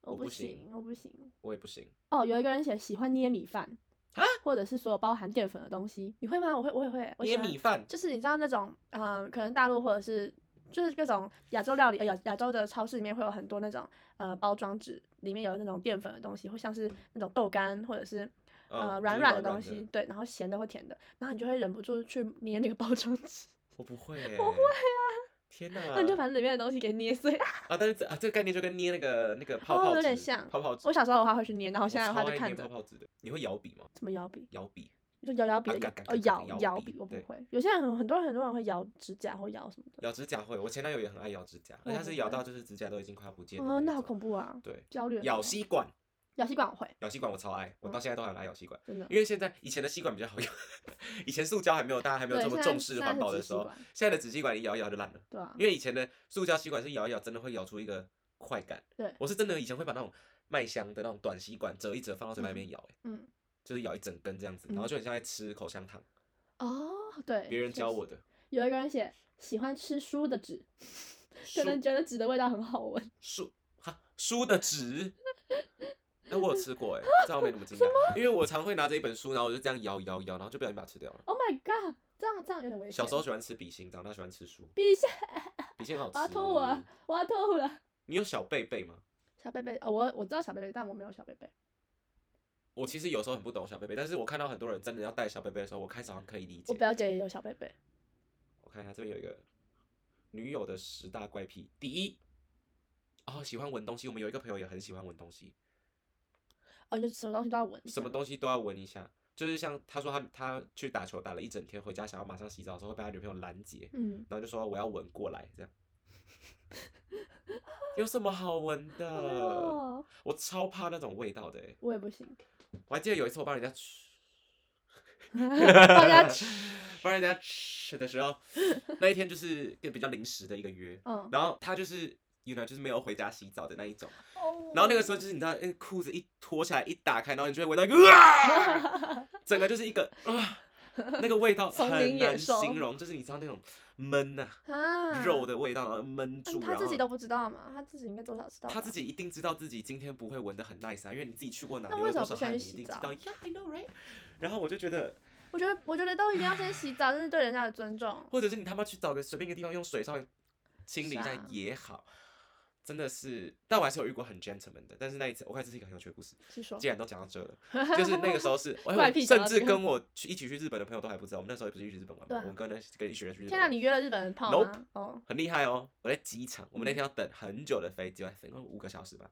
Speaker 2: 我
Speaker 1: 我
Speaker 2: 不
Speaker 1: 不
Speaker 2: 行
Speaker 1: 行，
Speaker 2: 我不行。
Speaker 1: 我也不行。
Speaker 2: 哦，有一个人写喜欢捏米饭
Speaker 1: 啊，
Speaker 2: 或者是所有包含淀粉的东西，你会吗？我会，我也会。我喜
Speaker 1: 捏
Speaker 2: 欢
Speaker 1: 米，饭，
Speaker 2: 就是你知道那种，嗯、可能大陆或者是就是各种亚洲料理，呃亚亚洲的超市里面会有很多那种呃包装纸，里面有那种淀粉的东西，或像是那种豆干，或者是。呃，
Speaker 1: 嗯
Speaker 2: 软
Speaker 1: 就是
Speaker 2: 软的东
Speaker 1: 的
Speaker 2: 西，对，然后咸的或甜的，然后你就会忍不住去捏那个包装纸， [laughs]
Speaker 1: 我不会，我会啊。天哪！
Speaker 2: 那你就把里面的东西给捏
Speaker 1: [laughs]
Speaker 2: 碎。
Speaker 1: 啊，但是这啊，这个概念就跟捏那个那个泡泡纸，
Speaker 2: 哦有点像
Speaker 1: 泡泡纸。
Speaker 2: 我小时候的话会去捏，然后
Speaker 1: 我
Speaker 2: 现在的
Speaker 1: 超
Speaker 2: 话就
Speaker 1: 爱
Speaker 2: 看
Speaker 1: 捏
Speaker 2: 着
Speaker 1: 泡泡纸的。你会摇笔吗？
Speaker 2: 怎么摇笔，
Speaker 1: 摇笔，
Speaker 2: 就摇摇笔
Speaker 1: 啊
Speaker 2: 的
Speaker 1: 嘎
Speaker 2: 摇
Speaker 1: 嘎，嘎
Speaker 2: 哦
Speaker 1: 嘎
Speaker 2: 摇
Speaker 1: 摇
Speaker 2: 摇
Speaker 1: 笔
Speaker 2: 笔，我不
Speaker 1: 对
Speaker 2: 会。有些人很很多人很多人会摇指甲或摇什么的，
Speaker 1: 咬指甲会。我前男友也很爱咬指甲，
Speaker 2: 我
Speaker 1: 而且他
Speaker 2: 不
Speaker 1: 是咬
Speaker 2: 会
Speaker 1: 到就是指甲都已经快要不见了。
Speaker 2: 哦，那好恐。怖啊！
Speaker 1: 对，
Speaker 2: 焦虑。
Speaker 1: 咬，吸管，
Speaker 2: 咬吸管我会，
Speaker 1: 咬吸管我超爱，我到
Speaker 2: 嗯
Speaker 1: 现在都很爱咬吸管，
Speaker 2: 真的。
Speaker 1: 因为现在以前的吸管比较好用， [laughs] 以前塑胶还没有大家还没有
Speaker 2: 对
Speaker 1: 这么
Speaker 2: 现在
Speaker 1: 重视
Speaker 2: 现在
Speaker 1: 环
Speaker 2: 是
Speaker 1: 保
Speaker 2: 纸
Speaker 1: 的
Speaker 2: 吸
Speaker 1: 时候
Speaker 2: 管，
Speaker 1: 现在的纸吸管你咬一咬就烂了。
Speaker 2: 对啊，
Speaker 1: 因为以前的塑胶吸管是咬一咬，真的会咬出一个快感。
Speaker 2: 对
Speaker 1: 我是真的以前会把那种麦香的那种短吸管折一折放到嘴巴里面咬、欸
Speaker 2: 嗯，
Speaker 1: 就是咬一整根这样子，然后
Speaker 2: 嗯
Speaker 1: 就很像在吃口香糖。
Speaker 2: 哦，对，
Speaker 1: 别人
Speaker 2: 确
Speaker 1: 教
Speaker 2: 实
Speaker 1: 我。的，
Speaker 2: 有一个人写喜欢吃书的纸，可
Speaker 1: 书
Speaker 2: 能觉得纸的味道很好闻。
Speaker 1: 书哈书
Speaker 2: [laughs]
Speaker 1: 的纸。哎、我有吃过哎、欸，这样我没那么惊讶，因为我常会拿着一本书，然后我就这样摇摇摇，然后就不小心把它吃掉了。
Speaker 2: Oh my god，这样这样有点危险。
Speaker 1: 小时候喜欢吃笔芯，长大喜欢吃书。
Speaker 2: 笔下，
Speaker 1: 米线很
Speaker 2: 我
Speaker 1: 好
Speaker 2: 要
Speaker 1: 吃。
Speaker 2: 吐了，我要吐了。
Speaker 1: 你有小贝贝吗？
Speaker 2: 小贝贝，哦，我我知道小贝贝，但我没有小贝贝。
Speaker 1: 我其实有时候很不懂小贝贝，但是我看到很多人真的要带小贝贝的时候，我开始好像可以理
Speaker 2: 我
Speaker 1: 解。
Speaker 2: 表姐也有小贝贝，
Speaker 1: 我看一下这边有一个女友的十大怪癖，第一，哦，喜欢闻东西。我们有一个朋友也很喜欢闻东西，
Speaker 2: 哦，就什么东西都要闻一下。
Speaker 1: 什么东西都要闻一下。就是像他说他他去打球打了一整天，回家想要马上洗澡的时候会被他女朋友拦截，
Speaker 2: 嗯，
Speaker 1: 然后就说我要闻过来这样。有什么好闻
Speaker 2: 哎
Speaker 1: 的？
Speaker 2: 呦，
Speaker 1: 我超怕那种味道的、欸。
Speaker 2: 我也不 [laughs] 行。
Speaker 1: 我还记得有一次我帮人家吃，
Speaker 2: [laughs] 大家吃，
Speaker 1: [laughs] 帮人家吃的时候，那一天就是一个比较临时的一个约，
Speaker 2: 嗯，
Speaker 1: 然后他就是，you know，就是没有回家洗澡的那一种。
Speaker 2: 哦
Speaker 1: 然后那
Speaker 2: [laughs]
Speaker 1: 个时候就是你知道，那裤子一脱下来一打开，然后你就会闻到一个
Speaker 2: [laughs]
Speaker 1: 啊，整个就是一个啊，那个味道
Speaker 2: 丛林
Speaker 1: 很
Speaker 2: 野
Speaker 1: 难
Speaker 2: 兽
Speaker 1: 形容，就是你知道那种闷呐、
Speaker 2: 啊，
Speaker 1: 肉的味道，然后闷
Speaker 2: 嗯
Speaker 1: 住，
Speaker 2: 他
Speaker 1: 然
Speaker 2: 自己
Speaker 1: 后。
Speaker 2: 都不知道嘛，他自己应该多少知道吧。
Speaker 1: 他自己一定知道自己今天不会闻得很 nice 啊，因为你自己去过哪
Speaker 2: 那
Speaker 1: 里，
Speaker 2: 为
Speaker 1: 有
Speaker 2: 什么
Speaker 1: 多
Speaker 2: 不
Speaker 1: 少
Speaker 2: 先
Speaker 1: 汗，
Speaker 2: 去
Speaker 1: 你
Speaker 2: 洗
Speaker 1: 一定知
Speaker 2: 澡
Speaker 1: 道。Yeah, I know, right？然后我就觉得，
Speaker 2: 我觉得，我觉得都一定要先洗澡，这是对人家的尊
Speaker 1: [laughs]
Speaker 2: 重。
Speaker 1: 或者是你他妈去找个随便一个地方用水稍微清理一
Speaker 2: 是
Speaker 1: 下
Speaker 2: 啊
Speaker 1: 也好，真的是。但我还是有遇过很 gentleman 的，但是那一次我看这是一个很有趣的故事。
Speaker 2: 是说
Speaker 1: 既，然都讲到这了，就是那个时候
Speaker 2: [laughs]
Speaker 1: 是，哎
Speaker 2: 怪
Speaker 1: 我
Speaker 2: 癖讲
Speaker 1: 甚
Speaker 2: 到
Speaker 1: 至
Speaker 2: 这个
Speaker 1: 跟我去一起去日本的朋友都还不知道，我们那时候也不是去日本玩
Speaker 2: 对
Speaker 1: 嘛，
Speaker 2: 啊
Speaker 1: 我们跟那跟一
Speaker 2: [laughs]
Speaker 1: 群人去日
Speaker 2: 天
Speaker 1: 本
Speaker 2: 哪，
Speaker 1: 玩，
Speaker 2: 你约了日本人泡吗？哦，嗯
Speaker 1: 很厉害哦。我在机场，我们那天要等很久的飞机，要等五个小时吧。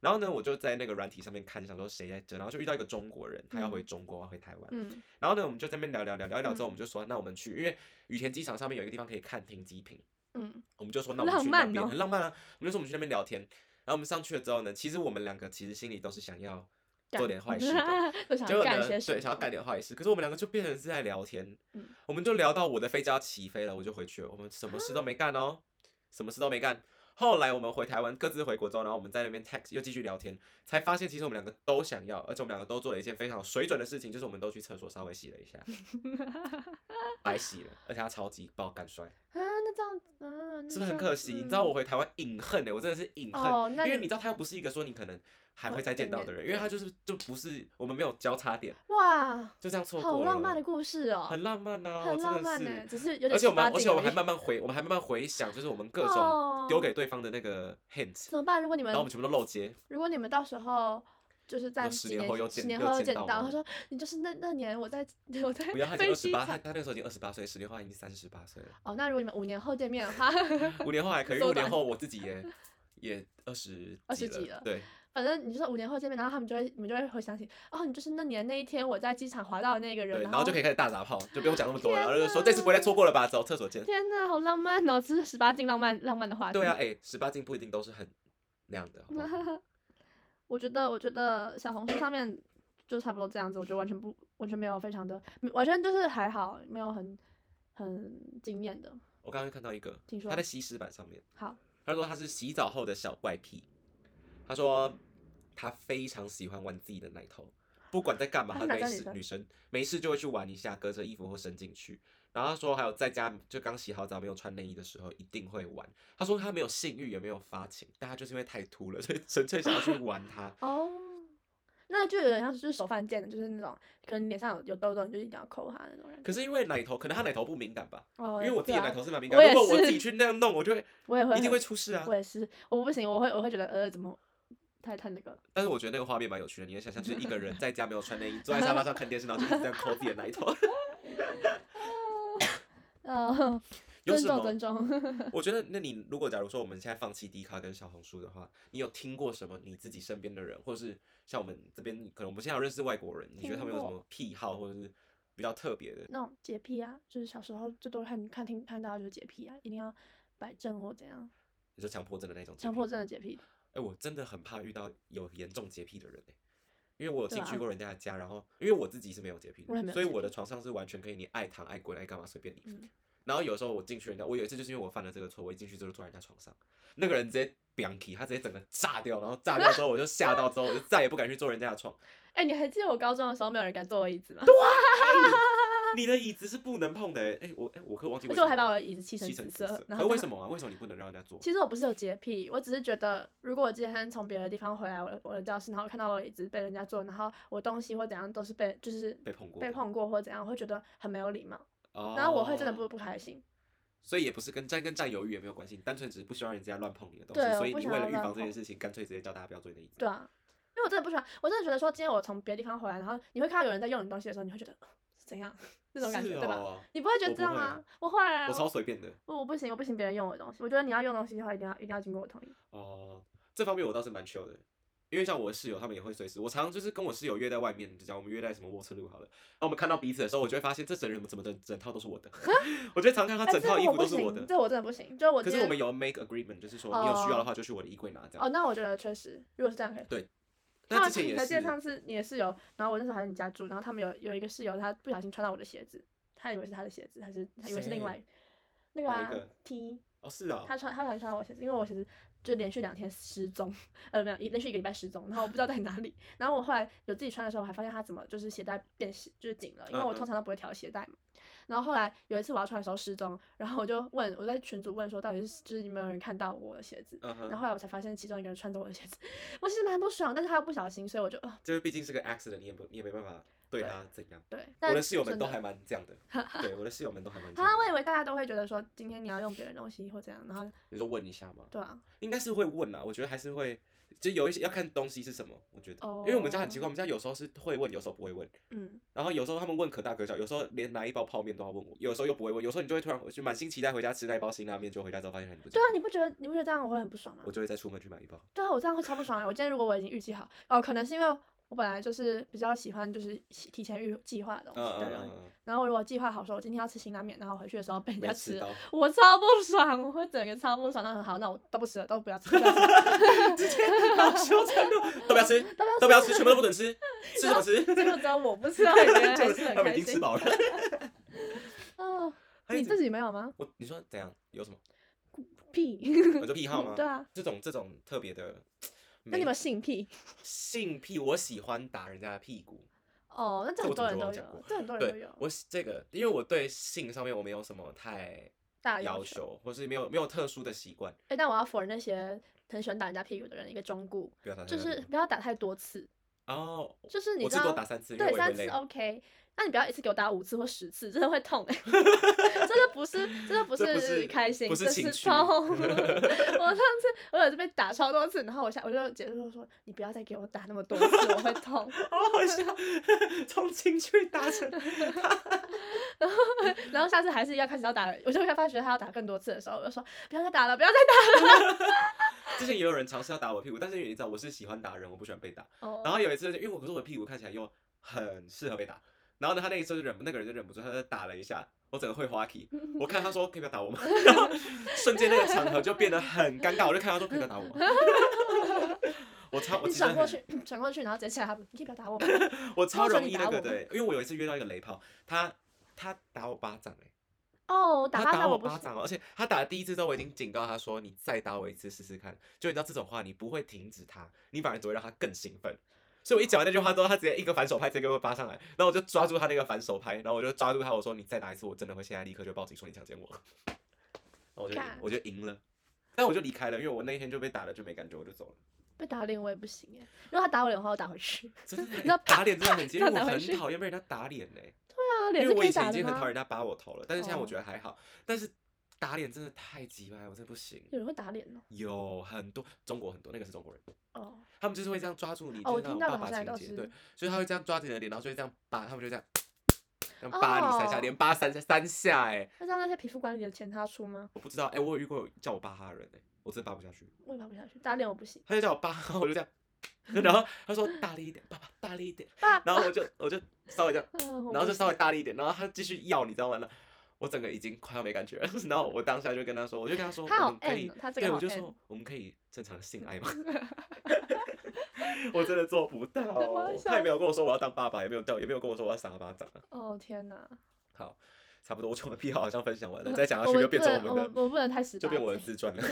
Speaker 1: 然后呢，我就在那个软体上面看，想说谁在这，然后就遇到一个中国人，他要回中国，要回台湾。
Speaker 2: 嗯，
Speaker 1: 然后呢，我们就在那边聊聊聊聊一聊之后，
Speaker 2: 嗯
Speaker 1: 我们就说，那我们去，因为羽田机场上面有一个地方可以看停机坪，
Speaker 2: 嗯，
Speaker 1: 我们就说那我们
Speaker 2: 浪
Speaker 1: 去那
Speaker 2: 漫
Speaker 1: 边，
Speaker 2: 哦
Speaker 1: 很浪漫啊。我们就说我们去那边聊天，然后我们上去了之后呢，其实我们两个其实心里都是想要做点
Speaker 2: [laughs]
Speaker 1: 坏事的。
Speaker 2: 都想
Speaker 1: 结果
Speaker 2: 干
Speaker 1: 呢，
Speaker 2: 些什
Speaker 1: 呃对，
Speaker 2: 么？
Speaker 1: 想要干点坏事，可是我们两个就变成是在聊天，
Speaker 2: 嗯
Speaker 1: 我们就聊到我的飞机要起飞了，我就回去了，我们什么事
Speaker 2: 啊
Speaker 1: 都没干哦，什么事都没干。后来我们回台湾，各自回国之后，然后我们在那边 text 又继续聊天，才发现其实我们两个都想要，而且我们两个都做了一件非常有水准的事情，就是我们都去厕所稍微洗了
Speaker 2: [laughs]
Speaker 1: 一下，白洗了，而且他超级爆干帅，
Speaker 2: 啊，那这样子啊，那
Speaker 1: 是不是很
Speaker 2: 这样
Speaker 1: 可惜？
Speaker 2: 嗯
Speaker 1: 你知道我回台湾隐恨欸的、我真的是隐恨，
Speaker 2: 哦那
Speaker 1: 因为
Speaker 2: 你哦
Speaker 1: 你知道他又不是一个说你可能还会
Speaker 2: 会
Speaker 1: 再见
Speaker 2: 见
Speaker 1: 到
Speaker 2: 面
Speaker 1: 的人，因为他就是就不是我们没有交叉点，
Speaker 2: 哇，
Speaker 1: 就这样错过
Speaker 2: 好浪
Speaker 1: 了
Speaker 2: 漫的故事哦，
Speaker 1: 很浪漫呐、啊，
Speaker 2: 很
Speaker 1: 真
Speaker 2: 浪
Speaker 1: 的
Speaker 2: 漫
Speaker 1: 是
Speaker 2: 呢，只是有点
Speaker 1: 而且我
Speaker 2: 十八
Speaker 1: 们，而且我
Speaker 2: 禁
Speaker 1: 们还
Speaker 2: 已
Speaker 1: 慢慢回，我们还慢慢回想，就是我们各
Speaker 2: 哦
Speaker 1: 种丢给对方的那个 hint，、
Speaker 2: 怎么办？如果你们
Speaker 1: 然后我们全部都漏接。
Speaker 2: 如果你们到时候就是在
Speaker 1: 有十
Speaker 2: 几
Speaker 1: 年后又
Speaker 2: 十
Speaker 1: 见
Speaker 2: 年
Speaker 1: 又
Speaker 2: 后又
Speaker 1: 见
Speaker 2: 见
Speaker 1: 到
Speaker 2: 到，
Speaker 1: 吗
Speaker 2: 他说你就是那那年我在 [laughs] 我在
Speaker 1: 不要，他已经
Speaker 2: 飞
Speaker 1: 二十
Speaker 2: 机
Speaker 1: 八，
Speaker 2: 场
Speaker 1: 他他那个时候已经二十八岁，十年后他已经三十八岁了，
Speaker 2: 哦，那如果你们五年后见面的
Speaker 1: [laughs]
Speaker 2: 话，
Speaker 1: 五年后还
Speaker 2: [laughs]
Speaker 1: 可以，因为
Speaker 2: 缩
Speaker 1: 五年
Speaker 2: 短
Speaker 1: 后我自己也也二十
Speaker 2: 二十几
Speaker 1: 几
Speaker 2: 了
Speaker 1: 对，
Speaker 2: 反正你就说五年后见面，然后他们就会你们就会回想起，哦，你就是那年那一天我在机场滑到的那个人，
Speaker 1: 对，然
Speaker 2: 后
Speaker 1: 后就可以开始大打炮，就不用讲那么多了，
Speaker 2: 哦天
Speaker 1: 然后就说
Speaker 2: 哪
Speaker 1: 这次不会再错过了吧，走厕所见。
Speaker 2: 天哪，好浪漫哦，这是十八禁浪漫浪漫的话题。
Speaker 1: 对啊，哎、1十八禁不一定都是很那样的，好
Speaker 2: [laughs]
Speaker 1: 不好
Speaker 2: 我觉得我觉得小红书上面就差不多这样子，我觉得完全不完全没有非常的，完全就是还好，没有很很惊艳的。
Speaker 1: 我刚刚看到一个
Speaker 2: 请，说
Speaker 1: 他在西施版上面。
Speaker 2: 好，
Speaker 1: 他说他是洗澡后的小怪癖。他说他非常喜欢玩自己的奶头，不管在干嘛，
Speaker 2: 他是
Speaker 1: 他没
Speaker 2: 男生女
Speaker 1: 事
Speaker 2: 生
Speaker 1: 女生没事就会去玩一下，隔着衣服或伸进去。然后他说还有在家就刚洗好澡没有穿内衣的时候一定会玩。他说他没有性欲也没有发情，但他就是因为太秃了，所以纯粹想要去玩
Speaker 2: [laughs]
Speaker 1: 它。
Speaker 2: 哦，那就有点像是就是手犯贱的，就是那种可能脸上有有痘痘，你就一定要抠它那种人。
Speaker 1: 可是因为奶头，可能他奶头不敏感吧，
Speaker 2: 哦，
Speaker 1: 因为我自己的
Speaker 2: 对啊
Speaker 1: 奶头是蛮敏
Speaker 2: 我
Speaker 1: 感，
Speaker 2: 也
Speaker 1: 如果我
Speaker 2: 是
Speaker 1: 自己去那样弄，我就会
Speaker 2: 我也会
Speaker 1: 一定
Speaker 2: 很
Speaker 1: 会出事啊
Speaker 2: [laughs] 我。也是，我不行，我会我会觉得呃怎么太太那个了。
Speaker 1: 但是我觉得那个画面蛮有趣的，你能想象就是一个人在家没有穿内衣，坐在沙发上看电视，然后就一直在抠自己的奶头。
Speaker 2: 呃，
Speaker 1: 有
Speaker 2: 尊
Speaker 1: 什
Speaker 2: 重
Speaker 1: 么？
Speaker 2: 尊重。 [laughs]
Speaker 1: 我觉得，那你如果假如说我们现在放弃 D 卡跟小红书的话，你有听过什么你自己身边的人，或者是像我们这边，可能我们现在有认识外国人，你觉得他们有什
Speaker 2: 听过
Speaker 1: 么癖好，或者是比较特别的？
Speaker 2: 那种洁癖啊，就是小时候最多看看听看到就是洁癖啊，一定要摆正或怎样，
Speaker 1: 你说强迫症的那种？
Speaker 2: 强迫。症的洁癖。
Speaker 1: 哎、我真的很怕遇到有严重洁癖的人、欸、因为我有
Speaker 2: 对
Speaker 1: 进去
Speaker 2: 啊
Speaker 1: 过人家的家，然后因为我自己是没有洁癖
Speaker 2: 我也没有
Speaker 1: 的，所以
Speaker 2: 洁
Speaker 1: 我的
Speaker 2: 癖
Speaker 1: 床上是完全可以你爱躺爱滚爱干嘛随便你。
Speaker 2: 嗯
Speaker 1: 然后有时候我进去人家，我有一次就是因为我犯了这个错，我一进去就是坐在人家床上，那个人直接 b a n k 他直接整个炸掉，然后炸掉之后我就吓到，之后我就再也不敢去坐人家的床。
Speaker 2: 哎、你还记得我高中的时候没有人敢坐我椅子吗？
Speaker 1: 啊你的椅子是不能碰的、欸，哎、我哎、我可以忘记
Speaker 2: 而且
Speaker 1: 为什么了。
Speaker 2: 我还把我的椅子漆成
Speaker 1: 漆成
Speaker 2: 紫
Speaker 1: 紫
Speaker 2: 色
Speaker 1: 色，，
Speaker 2: 然
Speaker 1: 可
Speaker 2: 后
Speaker 1: 为
Speaker 2: 它
Speaker 1: 什么啊？为什么你不能让人家坐？
Speaker 2: 其实我不是有洁癖，我只是觉得，如果我今天从别的地方回来我的我的教室，然后看到我椅子被人家坐，然后我东西或怎样都是被就是
Speaker 1: 被碰过
Speaker 2: 被
Speaker 1: 的
Speaker 2: 碰过或怎样，我会觉得很没有礼貌，
Speaker 1: 哦
Speaker 2: 然后我会真的不不开心。
Speaker 1: 所以也不是跟沾跟占有欲也没有关系，你单纯只是不希望人家乱碰你的东
Speaker 2: 对
Speaker 1: 西，
Speaker 2: 我
Speaker 1: 所以
Speaker 2: 不
Speaker 1: 你
Speaker 2: 想
Speaker 1: 为
Speaker 2: 要
Speaker 1: 了预
Speaker 2: 乱
Speaker 1: 防这件
Speaker 2: 碰
Speaker 1: 事情，干脆直接叫大家不要做你的椅子。
Speaker 2: 对啊，因为我真的不喜欢，我真的觉得说，今天我从别的地方回来，然后你会看到有人在用你东西的时候，你会觉得呃是怎样 [laughs] 那种感
Speaker 1: 是
Speaker 2: 觉，对吧？
Speaker 1: 哦
Speaker 2: 你不会觉
Speaker 1: 我
Speaker 2: 得
Speaker 1: 不
Speaker 2: 这样
Speaker 1: 会
Speaker 2: 吗？我会啊，
Speaker 1: 我超随便的
Speaker 2: 我我不行，我不行别人用我的东西。我觉得你要用东西的话，一定要一定要经过我同意。
Speaker 1: 哦，这方面我倒是蛮 chill 的，因为像我的室友他们也会随时，我常常就是跟我室友约在外面，就讲我们约在什么沃车路好了，然后我们看到彼此的时候，我就会发现这整人怎么整整套都是我的， [laughs] 我就常看到
Speaker 2: 哎
Speaker 1: 他整
Speaker 2: 这
Speaker 1: 套衣
Speaker 2: 我
Speaker 1: 服
Speaker 2: 不
Speaker 1: 都是
Speaker 2: 行，
Speaker 1: 我的，
Speaker 2: 这我真的不行。就是我
Speaker 1: 可
Speaker 2: 今
Speaker 1: 是
Speaker 2: 天
Speaker 1: 我们有 make agreement，就是说你有需要
Speaker 2: 哦
Speaker 1: 的话就去我的衣柜拿这
Speaker 2: 哦，
Speaker 1: 样。
Speaker 2: 那我觉得确实，如果是这样可以。
Speaker 1: 对
Speaker 2: 那
Speaker 1: 那之前也
Speaker 2: 还记得
Speaker 1: 是，
Speaker 2: 上次你的室友，然后我那时候还在你家住，然后他们有有一个室友，他不小心穿到我的鞋子，他以为是他的鞋子，还是他以为是另
Speaker 1: 谁
Speaker 2: 外那个
Speaker 1: 哪一
Speaker 2: 啊
Speaker 1: 个
Speaker 2: T，
Speaker 1: 哦是啊，
Speaker 2: 他穿他不小心穿到我鞋子，因为我鞋子就连续两天失踪，呃没有一连续一个礼拜失踪，然后我不知道在哪里，然后我后来有自己穿的时候，我还发现它怎么就是鞋带变细就是紧了，因为我
Speaker 1: 嗯嗯
Speaker 2: 通常都不会调鞋带嘛。然后后来有一次我要穿的时候失踪，然后我就问我在群组问说到底是就是有没有人看到我的鞋子，
Speaker 1: 嗯
Speaker 2: 然后
Speaker 1: 哼，
Speaker 2: 后来我才发现其中一个人穿着我的鞋子，我其实蛮不爽，但是他又不小心，所以我就啊、
Speaker 1: 就是毕竟是个 accident，你也不你也没办法对
Speaker 2: 对
Speaker 1: 他怎样。
Speaker 2: 对。
Speaker 1: 我的
Speaker 2: 但
Speaker 1: 室友们
Speaker 2: 真
Speaker 1: 都
Speaker 2: 的
Speaker 1: 还蛮
Speaker 2: [laughs]
Speaker 1: 这样的，对，我的室友们都还蛮这
Speaker 2: 啊，
Speaker 1: 样
Speaker 2: 我以
Speaker 1: 的。
Speaker 2: 为大家都会觉得说今天你要用别人东西或怎样，然后
Speaker 1: 你说问一下吗？
Speaker 2: 对啊，
Speaker 1: 应该是会问啦，我觉得还是会，就有一些要看东西是什么，我觉得，因为我们家很奇怪，我们家有时候是会问，有时候不会问，
Speaker 2: 嗯，
Speaker 1: 然后有时候他们问可大可小，有时候连拿一包泡面都要问我，有时候又不会问，有时候你就会突然回去满心期待回家吃那一包辛拉面，就回家之后发现很不
Speaker 2: 对啊，
Speaker 1: 健
Speaker 2: 你不觉得你不觉得这样我会很不爽吗
Speaker 1: 康，我？就会再出门去买一包，
Speaker 2: 对啊，我这样会超不爽啊！我今天如果我已经预计好，哦，可能是因为我本来就是比较喜欢就是提提前预计划的东
Speaker 1: 嗯
Speaker 2: 西哦的
Speaker 1: 嗯
Speaker 2: 人，
Speaker 1: 嗯嗯，
Speaker 2: 然后我如果计划好说我今天要吃辛拉面，然后回去的时候被人
Speaker 1: 没
Speaker 2: 家
Speaker 1: 吃
Speaker 2: 吃了，
Speaker 1: 到，
Speaker 2: 我超不爽，我会整个超不爽。那很好，那我都不吃了，都不要吃，都不要吃 [laughs]
Speaker 1: 直接恼羞成怒，都不要吃，
Speaker 2: 都不要
Speaker 1: 都不要吃，全部都不
Speaker 2: [laughs]
Speaker 1: 准吃，吃什么吃？
Speaker 2: 吃，结
Speaker 1: [laughs]
Speaker 2: 果只有我不吃，然后别人还是
Speaker 1: 他
Speaker 2: 很
Speaker 1: 们
Speaker 2: 开
Speaker 1: 已经吃
Speaker 2: 心。 [laughs]
Speaker 1: 饱了，
Speaker 2: 哦，
Speaker 1: 还有
Speaker 2: 你
Speaker 1: 这
Speaker 2: 自己没有吗？
Speaker 1: 我你说怎样？有
Speaker 2: [laughs]
Speaker 1: 什么？
Speaker 2: 屁，
Speaker 1: 我的癖好吗？
Speaker 2: 对啊，
Speaker 1: 这种这种特别的，
Speaker 2: 那你有没有性癖？
Speaker 1: 性癖，我喜欢打人家的屁股。
Speaker 2: 哦，那这
Speaker 1: 这
Speaker 2: 很
Speaker 1: 我怎
Speaker 2: 多
Speaker 1: 么
Speaker 2: 人
Speaker 1: 都
Speaker 2: 都
Speaker 1: 有讲
Speaker 2: 有
Speaker 1: 过，
Speaker 2: 这很多人都
Speaker 1: 对
Speaker 2: 有。
Speaker 1: 我喜这个，因为我对性上面我没有什么太
Speaker 2: 大要
Speaker 1: 要
Speaker 2: 求。
Speaker 1: 求，或是没有没有特殊的习惯。
Speaker 2: 哎、但我要否认那些很喜欢打人家屁股的人一个忠告，
Speaker 1: 不要打太
Speaker 2: 就
Speaker 1: 大力
Speaker 2: 是不要打太多次，
Speaker 1: 哦，
Speaker 2: 就是你
Speaker 1: 我
Speaker 2: 知
Speaker 1: 最
Speaker 2: 道
Speaker 1: 多打三次，因为
Speaker 2: 对
Speaker 1: 我也
Speaker 2: 三
Speaker 1: 会
Speaker 2: 次哦
Speaker 1: 累。
Speaker 2: OK，那你不要一次给我打五次或十次，真的会痛哎、 [laughs] 这个不是，这个不
Speaker 1: 这不
Speaker 2: 是
Speaker 1: 是
Speaker 2: 开心，
Speaker 1: 不
Speaker 2: 这
Speaker 1: 是
Speaker 2: 是
Speaker 1: 情趣
Speaker 2: 痛。
Speaker 1: [laughs]
Speaker 2: 我上次我有一次被打超多次，然后我下我就结束说，你不要再给我打那么多次，我会痛。 [laughs]
Speaker 1: 好好笑， [laughs] 从情趣达成。
Speaker 2: 然后然后下次还是要开始要打了，我就会发觉他要打更多次的时候，我就说不要再打了，不要再
Speaker 1: 之前也有人尝试要打我屁股，但是因为你知道我是喜欢打人，我不喜欢被打。
Speaker 2: 打了。
Speaker 1: 然
Speaker 2: 哦，
Speaker 1: 后有一次，因为我可是我的屁股看起来又很适合被打，然后呢，他那一次就忍不，那个人就忍不住，他就打了一下，我整个会花
Speaker 2: [laughs]
Speaker 1: 体。我看他说可以不要打我吗？ [laughs] 然后瞬间那个场合就变得很尴尬，我就看他说可以不要打我吗？ [laughs] 我超我
Speaker 2: 你
Speaker 1: 其实
Speaker 2: 转过
Speaker 1: 很
Speaker 2: 去，转过去，然后直接起来他，你可以不要
Speaker 1: [laughs]
Speaker 2: 打我吗？
Speaker 1: 我超
Speaker 2: 他说
Speaker 1: 容
Speaker 2: 你
Speaker 1: 易
Speaker 2: 打
Speaker 1: 那个
Speaker 2: 我吗
Speaker 1: 的，因为我有一次约到一个雷炮，他他打我巴掌哎、
Speaker 2: 哦，打巴
Speaker 1: 他打
Speaker 2: 掌
Speaker 1: 我
Speaker 2: 不
Speaker 1: 巴
Speaker 2: 行。
Speaker 1: 掌哦，而且他打了第一次之后，我已经警告他说你再打我一次试试看。就你知道这种话，你不会停止他，你反而只会让他更兴奋。所以我一讲完那句话之后，他直接一个反手拍，直接给我扒上来，然后我就抓住他那个反手拍，然后我就抓住他，我说你再打一次，我真的会现在立刻就报警说你强奸我。然后我就赢
Speaker 2: 干
Speaker 1: 我就赢了，但我就离开了，因为我那一天就被打了就没感觉，我就走了。
Speaker 2: 被打脸我也不行哎，如果他打我脸的话，我打回去。 [laughs]
Speaker 1: 真的
Speaker 2: 那啪
Speaker 1: 打脸真的很贱，因
Speaker 2: 这样
Speaker 1: 为我
Speaker 2: 打回
Speaker 1: 很
Speaker 2: 去
Speaker 1: 讨厌被人家打脸呢、
Speaker 2: 对啊，
Speaker 1: 因
Speaker 2: 脸
Speaker 1: 为
Speaker 2: 是
Speaker 1: 我
Speaker 2: 可
Speaker 1: 以
Speaker 2: 以
Speaker 1: 前
Speaker 2: 打
Speaker 1: 已
Speaker 2: 的
Speaker 1: 经很讨厌
Speaker 2: 吗？
Speaker 1: 人家扒我头了，但是现在
Speaker 2: 哦
Speaker 1: 我觉得还好，但是打脸真的太鸡掰，我真的不行。
Speaker 2: 有人会打脸哦。
Speaker 1: 有很多中国很多那个是中国人，
Speaker 2: 哦，
Speaker 1: 他们就是会这样抓住你，
Speaker 2: 哦
Speaker 1: 就
Speaker 2: 我
Speaker 1: 是
Speaker 2: 听
Speaker 1: 那种
Speaker 2: 到了好
Speaker 1: 爸爸
Speaker 2: 像也
Speaker 1: 情
Speaker 2: 都
Speaker 1: 节，
Speaker 2: 是
Speaker 1: 对，所以他会这样抓着你的脸，然后就会这样扒，他们就这样，这样扒你三下，
Speaker 2: 哦
Speaker 1: 连扒三下三下、哎，
Speaker 2: 那知道那些皮肤管理的钱他出吗？
Speaker 1: 我不知道，哎、我有遇过有叫我扒他的人、哎，我真的扒不下去，
Speaker 2: 我也爬不下去，打脸我不行。
Speaker 1: 他就叫我扒， [laughs] 然后我就这样，然后他说大力一点，爸爸大力一点，
Speaker 2: 爸，
Speaker 1: 然后我就我就稍微这样，
Speaker 2: 嗯我
Speaker 1: 然
Speaker 2: 不
Speaker 1: 后就稍微
Speaker 2: 行
Speaker 1: 大力一点，然后他继续要，你知道吗？那我整个已经快要没感觉了， [laughs] 然后我当下就跟他说，我就跟他说，
Speaker 2: 他
Speaker 1: 我
Speaker 2: 好
Speaker 1: 们可
Speaker 2: M
Speaker 1: 以
Speaker 2: 哦，他这个
Speaker 1: 对，
Speaker 2: 好
Speaker 1: 我就
Speaker 2: M
Speaker 1: 说我们可以正常
Speaker 2: [laughs]
Speaker 1: 性爱吗？ [laughs] 我真的做不到
Speaker 2: 我要，
Speaker 1: 他也
Speaker 2: 笑
Speaker 1: 没有跟我说我要当爸爸，也没有叫，也没有跟我说我要赏他巴掌啊。
Speaker 2: 哦天哪，
Speaker 1: 好，差不多，我觉得我们癖好好像分享
Speaker 2: [laughs]
Speaker 1: 完了，再讲下
Speaker 2: 我
Speaker 1: 去
Speaker 2: 们
Speaker 1: 就变成
Speaker 2: 不能
Speaker 1: 我们
Speaker 2: 我我不能太十
Speaker 1: 的，就
Speaker 2: 八
Speaker 1: 变我的
Speaker 2: 禁
Speaker 1: 自传了，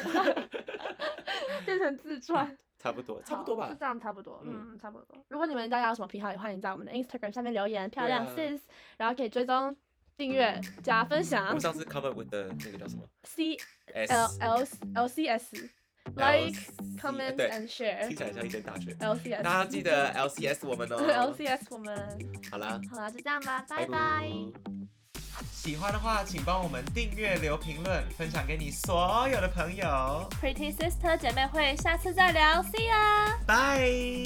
Speaker 2: [laughs] 变成
Speaker 1: [laughs]
Speaker 2: 自传，
Speaker 1: 差不多，差不
Speaker 2: 好
Speaker 1: 多
Speaker 2: 就
Speaker 1: 吧
Speaker 2: 这。样差不多，
Speaker 1: 嗯啊
Speaker 2: 嗯，差不多。如果你们大家有什么癖好，也欢迎在我们的 Instagram 下面留言，漂
Speaker 1: 对
Speaker 2: 亮
Speaker 1: 啊嗯
Speaker 2: sis，然后可以追踪、订阅、加分
Speaker 1: 我
Speaker 2: 享
Speaker 1: 们上次 cover with 的那个叫什么
Speaker 2: ，C
Speaker 1: S
Speaker 2: L L L C S。
Speaker 1: L
Speaker 2: Like,
Speaker 1: C-
Speaker 2: comment
Speaker 1: 对，
Speaker 2: and
Speaker 1: 听
Speaker 2: share [laughs]
Speaker 1: 起来像一间大学。
Speaker 2: LCS
Speaker 1: 大家
Speaker 2: [laughs]
Speaker 1: 记得 LCS 我们哦。
Speaker 2: LCS 我们
Speaker 1: 好啦，
Speaker 2: 好啦，就这样吧，拜
Speaker 1: 拜
Speaker 2: 拜。
Speaker 1: 拜喜欢的话，请帮我们订阅、留评论、分享给你所有的朋友。
Speaker 2: Pretty Sister 姐妹会，下次再聊，See ya。
Speaker 1: 拜。